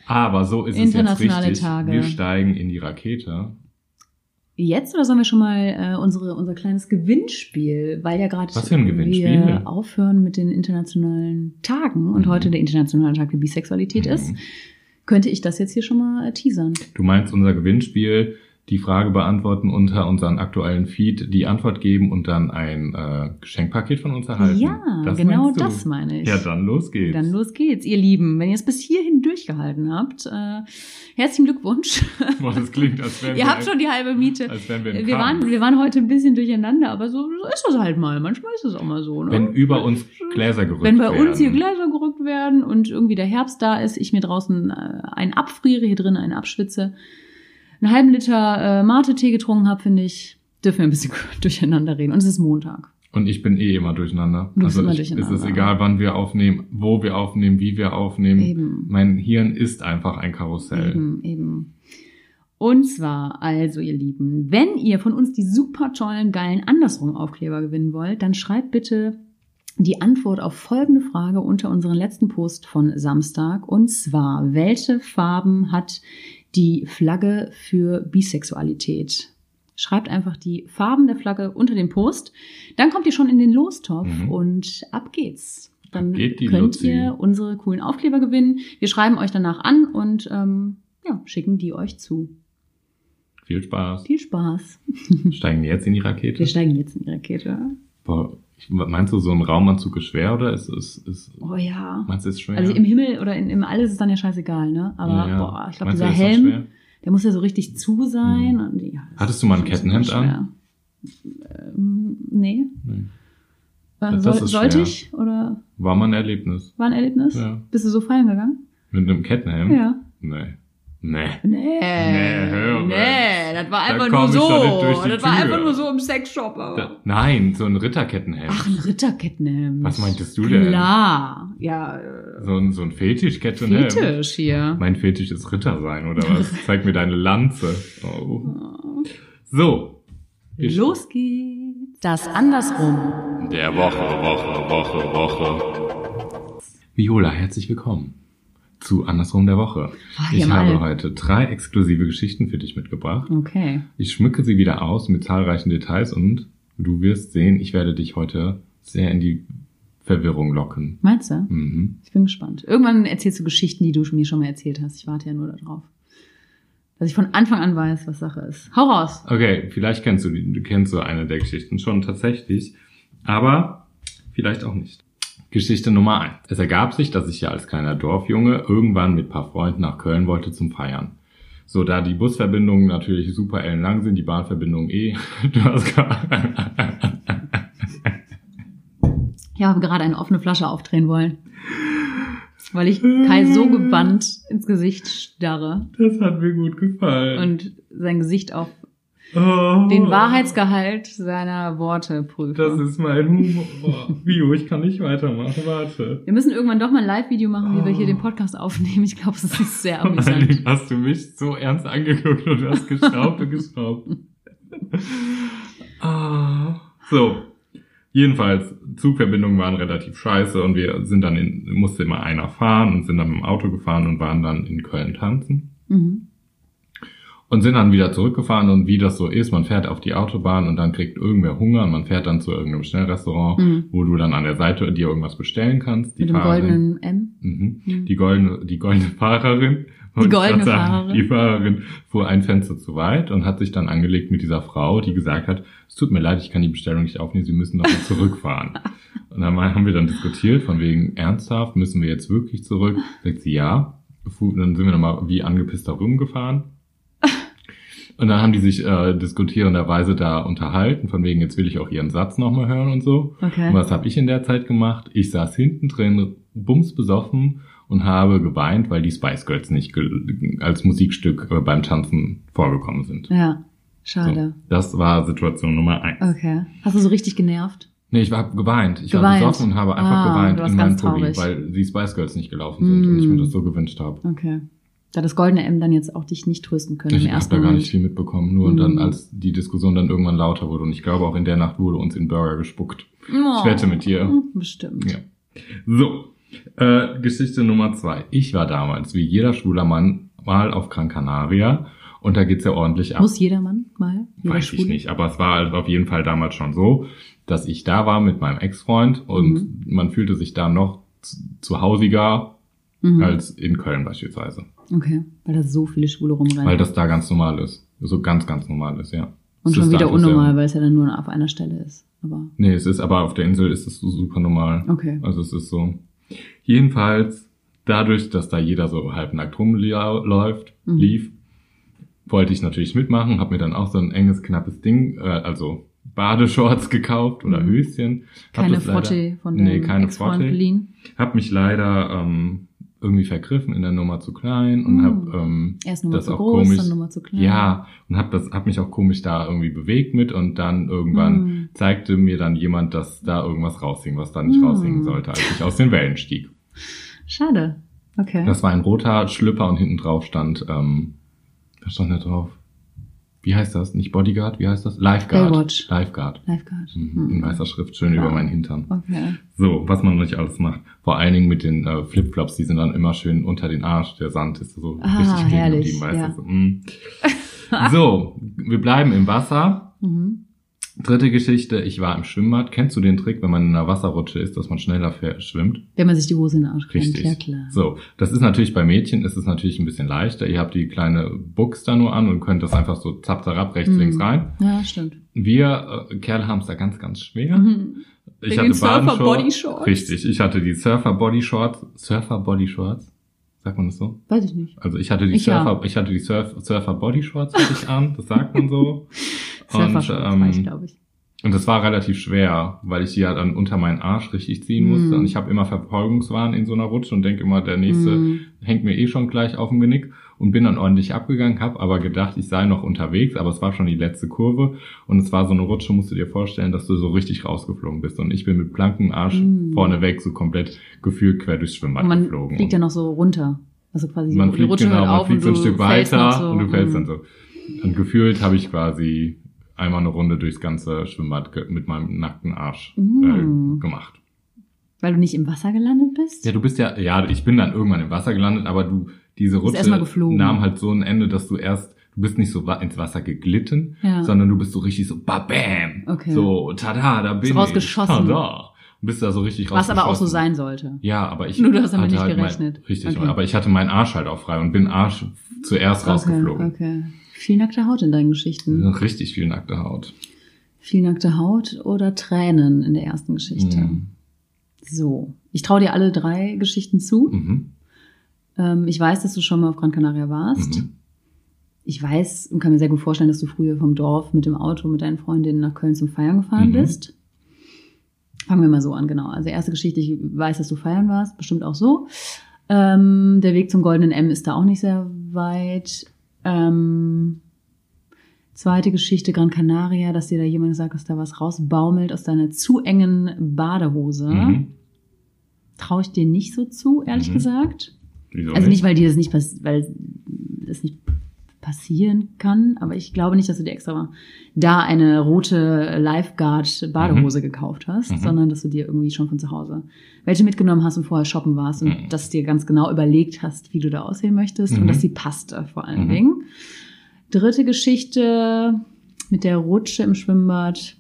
Aber so ist es jetzt Internationale richtig. Tage. Wir steigen in die Rakete. Jetzt oder sollen wir schon mal äh, unsere, unser kleines Gewinnspiel, weil ja gerade Was für ein Gewinnspiel? wir aufhören mit den internationalen Tagen und Mhm. heute der internationale Tag der Bisexualität Mhm. ist, könnte ich das jetzt hier schon mal äh, teasern. Du meinst unser Gewinnspiel, die Frage beantworten unter unseren aktuellen Feed, die Antwort geben und dann ein äh, Geschenkpaket von uns erhalten. Ja, Das genau meinst du? das meine ich. Ja, dann los geht's. Dann los geht's, ihr Lieben. Wenn ihr es bis hierhin durchgehalten habt, äh, herzlichen Glückwunsch. Boah, das klingt, als wären ihr wir, habt schon die halbe Miete. als wären wir, in Wir Cannes. waren, wir waren heute ein bisschen durcheinander, aber so, so ist es halt mal. Manchmal ist es auch mal so. Ne? Wenn über uns Gläser gerückt Wenn bei werden. uns hier Gläser gerückt werden und irgendwie der Herbst da ist, ich mir draußen äh, einen abfriere, hier drin einen abschwitze, einen halben Liter äh, Mate-Tee getrunken habe, finde ich, dürfen wir ein bisschen durcheinander reden. Und es ist Montag. Und ich bin eh immer durcheinander. Du bist also immer ich, durcheinander. Es ist egal, wann wir aufnehmen, wo wir aufnehmen, wie wir aufnehmen. Eben. Mein Hirn ist einfach ein Karussell. Eben, eben. Und zwar, also ihr Lieben, wenn ihr von uns die super tollen, geilen Andersrum-Aufkleber gewinnen wollt, dann schreibt bitte die Antwort auf folgende Frage unter unseren letzten Post von Samstag. Und zwar, welche Farben hat die Flagge für Bisexualität? Schreibt einfach die Farben der Flagge unter den Post. Dann kommt ihr schon in den Lostopf Mhm. und ab geht's. Dann Ab geht die könnt Luzi. ihr unsere coolen Aufkleber gewinnen. Wir schreiben euch danach an und ähm, ja, schicken die euch zu. Viel Spaß. Viel Spaß. Steigen wir jetzt in die Wir Rakete? steigen jetzt in die Rakete. Boah, ich- meinst du, so ein Raumanzug ist schwer oder ist es. Ist, Oh ja. meinst du, es ist schwer? Also im Himmel oder in, im All ist es dann ja scheißegal, ne? Aber Ja. boah, ich glaube, Meinst du, dieser das ist Helm, schwer? der muss ja so richtig zu sein. Mhm. Und, ja, das Hattest ist du mal ein schon super Kettenhemd an? schwer. Ähm, nee. Nee. Äh, Das- soll, das ist sollte schwer. ich? Oder War mal ein Erlebnis. war ein Erlebnis? Ja. Hm? Bist du so feiern gegangen? Mit einem Kettenhelm? Ja. Nee. Nee. Nee. hör mal. nee, das war Da einfach komm nur ich so. doch nicht durch die Das war Tür. einfach nur so im Sexshop. Aber. Da, nein, so ein Ritterkettenhelm. Ach, ein Ritterkettenhemd. Was meintest du denn? Klar. Ja, äh, So ein, so ein Fetischkettenhelm. Fetisch hier. Mein Fetisch ist Ritter sein, oder was? Zeig mir deine Lanze. Oh. Oh. So. Wir- Los geht's. Das andersrum. Der Woche, Woche, Woche, Woche. Viola, herzlich willkommen zu Andersrum der Woche. Ah, Ich hier habe mal. heute drei exklusive Geschichten für dich mitgebracht. Okay. Ich schmücke sie wieder aus mit zahlreichen Details und du wirst sehen, ich werde dich heute sehr in die Verwirrung locken. Meinst du? Mhm. Ich bin gespannt. Irgendwann erzählst du Geschichten, die du mir schon mal erzählt hast. Ich warte ja nur darauf. Dass ich von Anfang an weiß, was Sache ist. Hau raus. Okay, vielleicht kennst du, die- du kennst so eine der Geschichten schon tatsächlich, aber vielleicht auch nicht. Geschichte Nummer eins. Es ergab sich, dass ich ja als kleiner Dorfjunge irgendwann mit paar Freunden nach Köln wollte zum Feiern. So, da die Busverbindungen natürlich super ellenlang sind, die Bahnverbindungen eh. Du hast gar- Ich habe gerade eine offene Flasche aufdrehen wollen. Weil ich Kai so gebannt ins Gesicht starre Das hat mir gut gefallen. und sein Gesicht auf oh, den Wahrheitsgehalt seiner Worte prüfe. Das ist mein Humor. Oh, Bio, ich kann nicht weitermachen. Warte. Wir müssen irgendwann doch mal ein Live-Video machen, wie wir Oh. hier den Podcast aufnehmen. Ich glaube, es ist sehr Vor allen amüsant. Dingen hast du mich so ernst angeguckt und hast geschraubt und geschraubt. Ah. So. Jedenfalls, Zugverbindungen waren relativ scheiße und wir sind dann in, musste immer einer fahren und sind dann mit dem Auto gefahren und waren dann in Köln tanzen. Mhm. Und sind dann wieder zurückgefahren und wie das so ist, man fährt auf die Autobahn und dann kriegt irgendwer Hunger und man fährt dann zu irgendeinem Schnellrestaurant, Mhm. wo du dann an der Seite dir irgendwas bestellen kannst. Oh. Die Mit dem Fahrerin- goldenen M. Mhm. Mhm. Die goldene, die goldene Fahrerin. Die goldene Ich wollte gerade Fahrerin. Die Fahrerin fuhr ein Fenster zu weit und hat sich dann angelegt mit dieser Frau, die gesagt hat, es tut mir leid, ich kann die Bestellung nicht aufnehmen, Sie müssen nochmal zurückfahren. und dann haben wir dann diskutiert, von wegen, ernsthaft, müssen wir jetzt wirklich zurück? Sagt sie, ja. Fuhr- Dann sind wir nochmal wie angepisst da rumgefahren. Und dann haben die sich äh, diskutierenderweise da unterhalten, von wegen, jetzt will ich auch ihren Satz nochmal hören und so. Okay. Und was habe ich in der Zeit gemacht? Ich saß hinten drin, bumsbesoffen und habe geweint, weil die Spice Girls nicht gel- als Musikstück äh, beim Tanzen vorgekommen sind. Ja, schade. Das war Situation Nummer eins. Okay. Hast du so richtig genervt? Nee, ich habe geweint. Ich Geweint. war besoffen und habe einfach Ah, geweint du warst in meinem ganz Pulli, traurig. weil die Spice Girls nicht gelaufen sind und ich Mm. mir das so gewünscht habe. Okay. Da das goldene M dann jetzt auch dich nicht trösten können Ich im habe ersten da gar Moment. nicht viel mitbekommen, nur Mm. dann, als die Diskussion dann irgendwann lauter wurde. Und ich glaube, auch in der Nacht wurde uns in Burger gespuckt. Oh. Ich wette mit dir. Bestimmt. Ja. So, äh, Geschichte Nummer zwei. Ich war damals, wie jeder schwuler Mann, mal auf Gran Canaria und da geht's ja ordentlich ab. Muss jedermann mal? Jeder Weiß ich Schwule? nicht, aber es war also auf jeden Fall damals schon so, dass ich da war mit meinem Ex-Freund und Mhm. man fühlte sich da noch zu- zuhausiger Mhm. als in Köln beispielsweise, Okay. Weil da so viele Schwule rumrennen. weil das da ganz normal ist. so ganz, ganz normal ist, ja. Und Es schon ist wieder da einfach sehr- unnormal, weil es ja dann nur auf einer Stelle ist. Aber Nee, es ist aber auf der Insel ist es so super normal. okay. Also es ist so. Jedenfalls, dadurch, dass da jeder so halbnackt rumläuft, Mhm. lief, wollte ich natürlich mitmachen, habe mir dann auch so ein enges, knappes Ding, äh, also Badeshorts gekauft oder Mhm. Höschen. Hab Keine das leider- Frotte von deinem Nee, keine Ex-Freund Frotte. Berlin. Hab mich leider ähm, irgendwie vergriffen in der Nummer zu klein und Mhm. hab ähm, Erst Nummer Das zu auch groß, komisch. dann Nummer zu klein. ja und hab das hab mich auch komisch da irgendwie bewegt mit und dann irgendwann Hm. zeigte mir dann jemand, dass da irgendwas raushing, was da nicht Mhm. raushängen sollte, als ich aus den Wellen stieg. Schade. Okay. Das war ein roter Schlüpper und hinten drauf stand, ähm, was stand da drauf? Wie heißt das? Nicht Bodyguard, wie heißt das? Lifeguard. Baywatch. Lifeguard. Lifeguard. Mhm. In weißer Schrift, schön Klar. über meinen Hintern. Okay. So, was man nicht alles macht. Vor allen Dingen mit den äh, Flipflops, die sind dann immer schön unter den Arsch. Der Sand ist so Ah, richtig kleben herrlich, geblieben, weißt ja. du, so, mm. so, wir bleiben im Wasser. Mhm. Dritte Geschichte, ich war im Schwimmbad. Kennst du den Trick, wenn man in einer Wasserrutsche ist, dass man schneller ver- schwimmt? Wenn man sich die Hose in den Arsch klemmt. Richtig. Ja, klar. So, das ist natürlich bei Mädchen ist es natürlich ein bisschen leichter. Ihr habt die kleine Buchs da nur an und könnt das einfach so zapp, zapp, rechts, Mhm. links rein. Ja, stimmt. Wir äh, Kerle haben es da ganz, ganz schwer. Mhm. Ich Wegen hatte den Surfer Badenshorts. Body Shorts. Richtig, ich hatte die Surfer Body Shorts. Surfer Body Shorts? Sagt man das so? Weiß ich nicht. Also ich hatte die Ich ja. Surfer, ich hatte die Surf, Surfer Body Shorts hatte ich an, das sagt man so. Surfer und, Shorts war ich, ähm, glaube ich. und das war relativ schwer, weil ich die ja dann unter meinen Arsch richtig ziehen Mhm. musste. Und ich habe immer Verfolgungswahn in so einer Rutsche und denke immer, der nächste Mhm. hängt mir eh schon gleich auf dem Genick und bin dann ordentlich abgegangen, habe aber gedacht, ich sei noch unterwegs, aber es war schon die letzte Kurve und es war so eine Rutsche, musst du dir vorstellen, dass du so richtig rausgeflogen bist und ich bin mit blankem Arsch Mm. vorneweg so komplett gefühlt quer durchs Schwimmbad Und man geflogen. fliegt ja noch so runter. Also quasi man die fliegt, Rutsche genau, hört man auf und fliegt so ein du Stück fällst weiter noch so. und du fällst Mhm. dann so. Und gefühlt habe ich quasi einmal eine Runde durchs ganze Schwimmbad ge- mit meinem nackten Arsch Mm. äh, gemacht. Weil du nicht im Wasser gelandet bist? Ja, du bist ja, ja, ich bin dann irgendwann im Wasser gelandet, aber du, diese Rutsche erstmal geflogen. nahm halt so ein Ende, dass du erst, du bist nicht so wa- ins Wasser geglitten, Ja. sondern du bist so richtig so babam. Okay. So, tada, da bin ich. rausgeschossen. Tada. Und bist da so richtig Was aber auch so rausgeschossen. sein sollte. Ja, aber ich. Nur du hast damit hatte nicht halt mein- gerechnet. richtig, Okay. aber ich hatte meinen Arsch halt auch frei und bin Arsch zuerst rausgeflogen. Okay, okay. Viel nackte Haut in deinen Geschichten. Richtig viel nackte Haut. Viel nackte Haut oder Tränen in der ersten Geschichte. Mhm. So. Ich traue dir alle drei Geschichten zu. Mhm. Ähm, ich weiß, dass du schon mal auf Gran Canaria warst. Mhm. Ich weiß und kann mir sehr gut vorstellen, dass du früher vom Dorf mit dem Auto mit deinen Freundinnen nach Köln zum Feiern gefahren Mhm. bist. Fangen wir mal so an, genau. Also erste Geschichte, ich weiß, dass du feiern warst, bestimmt auch so. Ähm, der Weg zum Goldenen M ist da auch nicht sehr weit. Ähm, zweite Geschichte, Gran Canaria, dass dir da jemand sagt, dass da was rausbaumelt aus deiner zu engen Badehose. Mhm. Traue ich dir nicht so zu, ehrlich Mhm. gesagt. Wieso Also nicht, weil dir das nicht pass weil das nicht passieren kann, aber ich glaube nicht, dass du dir extra da eine rote Lifeguard Badehose gekauft hast, Mhm. sondern dass du dir irgendwie schon von zu Hause welche mitgenommen hast und vorher shoppen warst und Mhm. dass du dir ganz genau überlegt hast, wie du da aussehen möchtest und Mhm. dass sie passte vor allen Mhm. Dingen. Dritte Geschichte mit der Rutsche im Schwimmbad.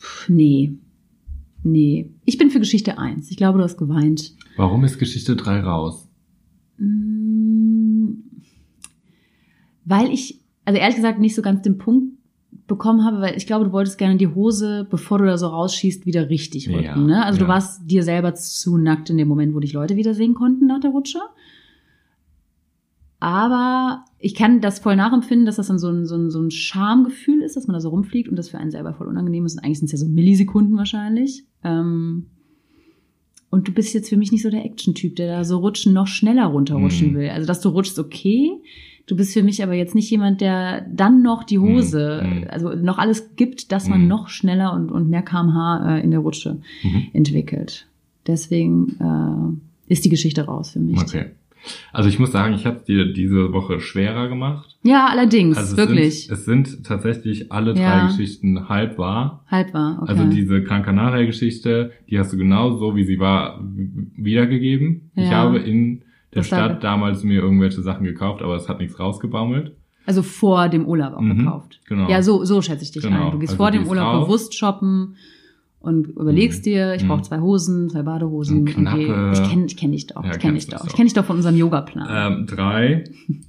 Pff, Nee. Nee. Ich bin für Geschichte eins. Ich glaube, du hast geweint. Warum ist Geschichte 3 raus? Mm, Weil ich, also ehrlich gesagt, nicht so ganz den Punkt bekommen habe, weil ich glaube, du wolltest gerne die Hose, bevor du da so rausschießt, wieder richtig rücken. Ja, ne? Also du ja. warst dir selber zu nackt in dem Moment, wo dich Leute wieder sehen konnten nach der Rutsche. Aber ich kann das voll nachempfinden, dass das dann so ein, so ein, so ein Schamgefühl ist, dass man da so rumfliegt und das für einen selber voll unangenehm ist. Und eigentlich sind es ja so Millisekunden wahrscheinlich. Ähm, und du bist jetzt für mich nicht so der Action-Typ, der da so rutschen noch schneller runterrutschen Mhm. will. Also, dass du rutschst, okay. Du bist für mich aber jetzt nicht jemand, der dann noch die Hose, Mhm. also noch alles gibt, dass man Mhm. noch schneller und, und mehr kmh äh, in der Rutsche Mhm. entwickelt. Deswegen äh, ist die Geschichte raus für mich. Okay. Also ich muss sagen, ich habe dir diese Woche schwerer gemacht. Ja, allerdings, Also es wirklich. Sind, es sind tatsächlich alle drei Ja. Geschichten halb wahr. Halb war, okay. Also diese Gran Canaria Geschichte, die hast du genau so, wie sie war, w- wiedergegeben. Ich Ja. habe in der Das Stadt habe- damals mir irgendwelche Sachen gekauft, aber es hat nichts rausgebaumelt. also vor dem Urlaub auch Mhm, gekauft. genau. Ja, so, so schätze ich dich Genau. ein. Du gehst Also vor die dem Urlaub Frau- bewusst shoppen und überlegst Mhm. dir, ich Mhm. brauche zwei Hosen, zwei Badehosen. Ein Knappe. Ich kenne ich kenn dich doch, Ja, ich kenne dich kennst du's doch. Ich doch. kenne dich doch von unserem Yoga-Plan. Ähm, drei,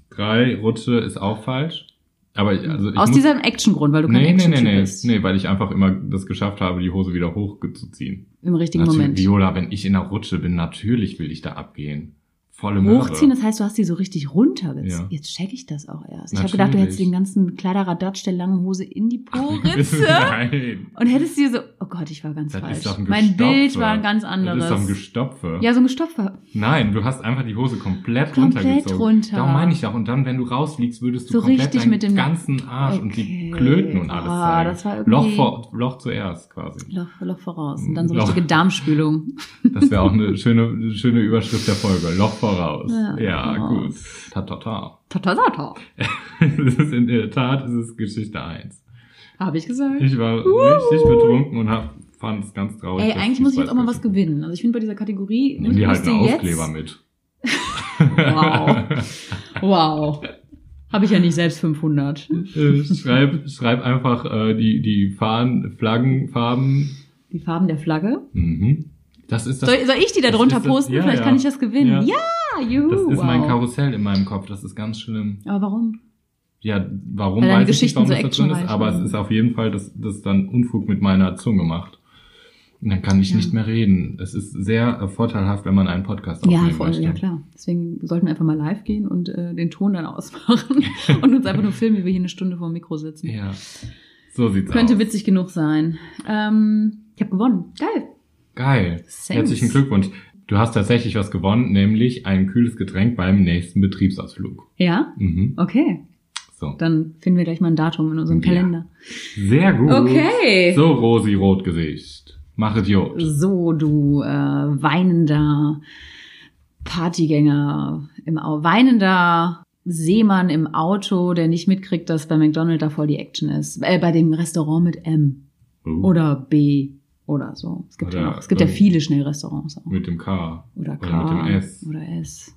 drei Rutsche ist auch falsch. Aber ich- also ich Aus muss, diesem Actiongrund, weil du kein nee, nee, action nee, nee, bist. nee, weil ich einfach immer das geschafft habe, die Hose wieder hochzuziehen. Im richtigen Natürlich, Moment. Viola, wenn ich in der Rutsche bin, natürlich will ich da abgehen. Volle Möhre. Hochziehen, das heißt, du hast die so richtig runtergezogen. ne? Ja. Jetzt checke ich das auch erst. Ich habe gedacht, du Natürlich. hättest den ganzen Kleiderradatsch der langen Hose in die Poritze Nein. und hättest dir so, oh Gott, ich war ganz Das falsch. ist doch ein mein Gestopfe. Bild war ein ganz anderes. Das ist doch ein Gestopfe. ja, so ein Gestopfer. Nein, du hast einfach die Hose komplett, Komplett runtergezogen. runter. Darum meine ich doch. Und dann, wenn du rausliegst, würdest du So komplett richtig deinen mit dem- ganzen Arsch und die Klöten und alles ah, zeigen. das war irgendwie Loch, vor, Loch zuerst quasi. Loch, Loch voraus. Und dann so Loch. richtige Darmspülung. Das wäre auch eine schöne, eine schöne Überschrift der Folge. Loch voraus. Ja, Oh. Ja, gut. voraus. Ta ta ta. Ta, ta, ta, ta. Es ist in der Tat es ist Geschichte eins. Habe ich gesagt. Ich war richtig betrunken und hab, fand es ganz traurig. Ey, dass eigentlich muss ich jetzt auch mal was Fußball- gewinnen. Also ich finde bei dieser Kategorie. Nimm dir halt müsste einen jetzt- Aufkleber mit. Wow. Wow. Habe ich ja nicht selbst 500. Äh, schreib, schreib einfach äh, die, die Fahnen, Flaggenfarben. Die Farben der Flagge. Mhm. Das ist das. Soll, soll ich die da das drunter ist das- posten? ja, Vielleicht ja. kann ich das gewinnen. Ja, Ja. juhu. Das ist wow. mein Karussell in meinem Kopf. Das ist ganz schlimm. Aber warum? Ja, warum Weil deine weiß ich Geschichten nicht, warum so halt das da drin ist, actionreich aber es sind. ist auf jeden Fall, dass das dann Unfug mit meiner Zunge macht. Und dann kann ich Ja. nicht mehr reden. Es ist sehr äh, vorteilhaft, wenn man einen Podcast aufnehmen Ja, voll, möchte. ja klar. Deswegen sollten wir einfach mal live gehen und äh, den Ton dann ausmachen und uns einfach nur filmen, wie wir hier eine Stunde vor dem Mikro sitzen. Ja. So sieht's Könnte aus. witzig genug sein. Ähm, ich habe gewonnen. Geil. Geil. Thanks. Herzlichen Glückwunsch. Du hast tatsächlich was gewonnen, nämlich ein kühles Getränk beim nächsten Betriebsausflug. Ja? Mhm. Okay. So. Dann finden wir gleich mal ein Datum in unserem Ja. Kalender. Sehr gut. Okay. So, Rosi Rotgesicht. Mach Idiot. So, du äh, weinender Partygänger im Au weinender Seemann im Auto, der nicht mitkriegt, dass bei McDonald's da voll die Action ist. Äh, bei dem Restaurant mit M oder B oder so. Es gibt, ja, Oder noch, es gibt ja irgend- viele Schnellrestaurants auch. Mit dem K. Oder K. oder mit dem S. Oder S.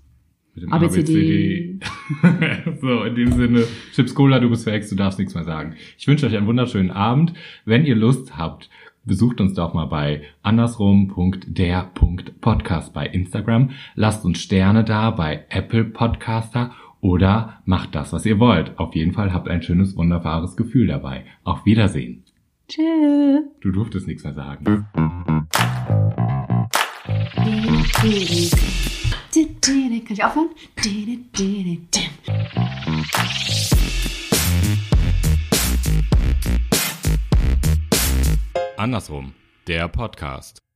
Mit dem ABCD. ABCD. so, in dem Sinne, Chips Cola, du bist verhext, du darfst nichts mehr sagen. Ich wünsche euch einen wunderschönen Abend. Wenn ihr Lust habt, besucht uns doch mal bei andersrum.der.podcast bei Instagram. Lasst uns Sterne da bei Apple Podcaster oder macht das, was ihr wollt. Auf jeden Fall habt ein schönes, wunderbares Gefühl dabei. Auf Wiedersehen. Tschüss. Du durftest nichts mehr sagen. Kann ich aufhören? Andersrum, der Podcast.